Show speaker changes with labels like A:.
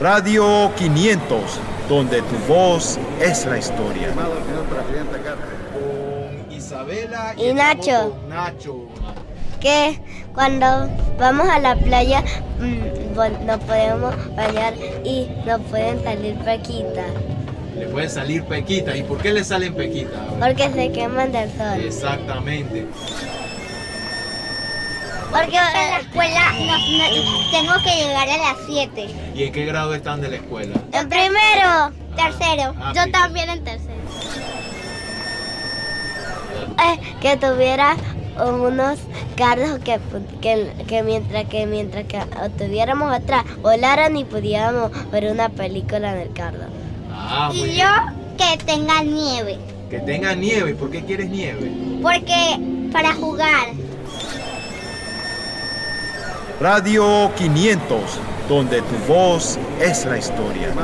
A: Radio 500, donde tu voz es la historia.
B: Con Isabela
C: Y
B: estamos
C: Nacho.
B: con Nacho.
C: que cuando vamos a la playa mm, bon- nos podemos bañar y nos pueden salir pequitas
B: Le pueden salir pequitas. ¿Y por qué le salen pequitas? A ver.
C: porque se queman del sol.
B: Exactamente.
D: Porque en la escuela nos- nos- tengo que llegar a las 7.
B: ¿Y en qué grado están de la escuela?
D: En primero, tercero.
B: Ah, sí.
D: Yo también en tercero.
C: Eh, que tuviera unos carros que, pu- que, que mientras que mientras que tuviéramos atrás volaran y pudiéramos ver una película en el carro.
B: Ah, muy
D: Y yo
B: bien.
D: que tenga nieve.
B: Que tenga nieve. ¿Por qué quieres nieve?
D: Porque para jugar.
A: Radio 500, donde tu voz es la historia.